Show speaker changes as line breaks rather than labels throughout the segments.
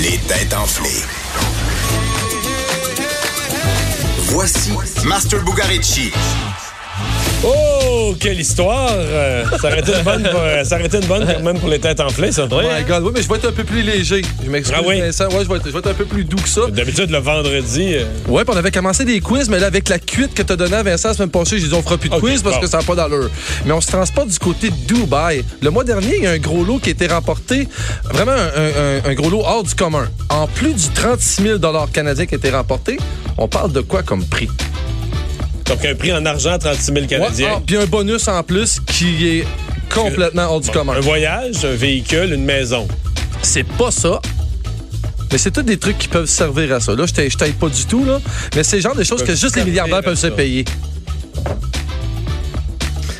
Les têtes enflées. Voici Master Bugarici.
Oh, quelle histoire! Euh, ça aurait été une bonne, pour, euh, ça aurait été une bonne quand même pour les têtes enflées, ça.
Oh my God. Oui, mais je vais être un peu plus léger. Je m'excuse,
Ah oui?
Vincent. Ouais, je, vais être, je vais être un peu plus doux que ça.
D'habitude, le vendredi, euh,
Ouais, puis on avait commencé des quiz, mais là, avec la cuite que t'as donnée à Vincent la semaine passée, j'ai dit on fera plus de
Ok,
quiz parce
bon.
que ça n'a pas d'allure. Mais on se transporte du côté de Dubaï. Le mois dernier, il y a un gros lot qui a été remporté, vraiment un, un- un- un gros lot hors du commun. En plus du 36 000 canadiens qui a été remporté, on parle de quoi comme prix?
donc un prix en argent, 36 000
Ouais, ah,
Canadiens.
puis un bonus en plus qui est complètement hors du commun.
Un voyage, un véhicule, une maison.
C'est pas ça. Mais c'est tous des trucs qui peuvent servir à ça. Là, je t'ai- je t'aide pas du tout, là. Mais c'est le genre de choses que
peuvent
juste les
servir
milliardaires
à
peuvent se
ça. Hein?
payer.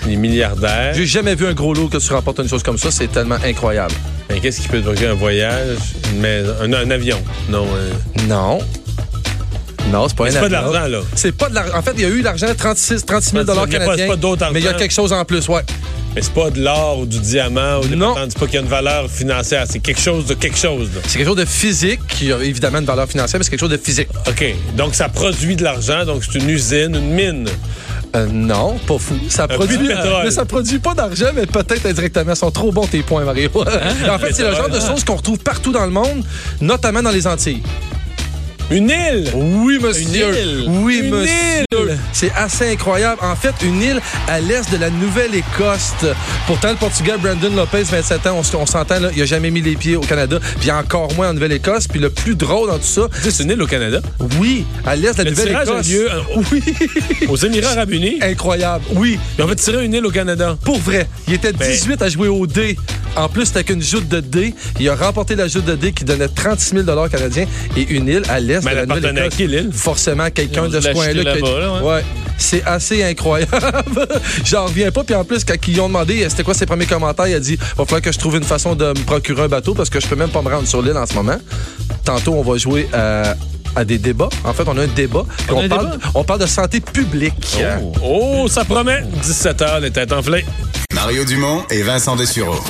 Les milliardaires.
J'ai jamais vu un gros lot que tu remportes une chose comme ça. C'est tellement incroyable.
Mais qu'est-ce qui peut te procurer un voyage, une maison, un, un avion? Non. euh,
Non. Non, c'est pas
Mais
un
c'est pas de
avion.
l'argent, là.
C'est pas de l'argent. En fait, il y a eu l'argent 36, 36 000
Il y a pas- c'est
canadiens.
pas d'autre
mais il y a
argent.
quelque chose en plus, ouais.
Mais c'est pas de l'or ou du diamant ou des
Non.
patentes. C'est pas qu'il y a une valeur financière. C'est quelque chose de quelque chose. là.
C'est quelque chose de physique, qui a évidemment une valeur financière, mais c'est quelque chose de physique.
OK. Donc, ça produit de l'argent. Donc, c'est une usine, une mine.
Euh, non, pas fou. Ça
puits
produit,
de pétrole.
mais ça produit pas d'argent, mais peut-être indirectement. Ils sont trop bons tes points, Mario.
Ah,
en fait, c'est le genre de
hein.
choses qu'on retrouve partout dans le monde, notamment dans les Antilles.
Une île!
Oui, monsieur.
Une île.
Oui,
Une
monsieur.
île.
C'est assez incroyable. En fait, une île à l'est de la Nouvelle-Écosse. Pourtant, le Portugais Brandon Lopez, 27 ans, on, s- on s'entend, là, il a jamais mis les pieds au Canada, puis encore moins en Nouvelle-Écosse. Puis le plus drôle dans tout ça,
C'est une île au Canada.
oui, à l'est de la
Le tirage a
Nouvelle-Écosse. Eh.
lieu euh,
Oui,
aux Émirats Arabes Unis.
incroyable. Oui,
Et on va tirer une île au Canada.
pour vrai. Il était
Ben.
18 à jouer au dé. En plus, c'était qu'une joute de dés. Il a remporté la joute de dés qui donnait 36 000 canadiens et une île à l'est
Mais
de
elle
la
appartenait à
Nouvelle-Écosse.
qui, l'île?
forcément
Ils
quelqu'un
ont
de
dû
ce coin-là.
l'acheter
qui-
là-bas, là, ouais.
Ouais. C'est assez incroyable. J'en reviens pas. Puis en plus, quand ils ont demandé euh, c'était quoi ses premiers commentaires, il a dit va falloir que je trouve une façon de me procurer un bateau parce que je peux même pas me rendre sur l'île en ce moment. Tantôt, on va jouer à, à des débats. En fait, on a un débat. Puis
On a un
parle,
débat? Oh.
on parle de santé publique.
Oh, ça promet. 17h, les têtes enflées.
Mario Dumont et Vincent Dessureau.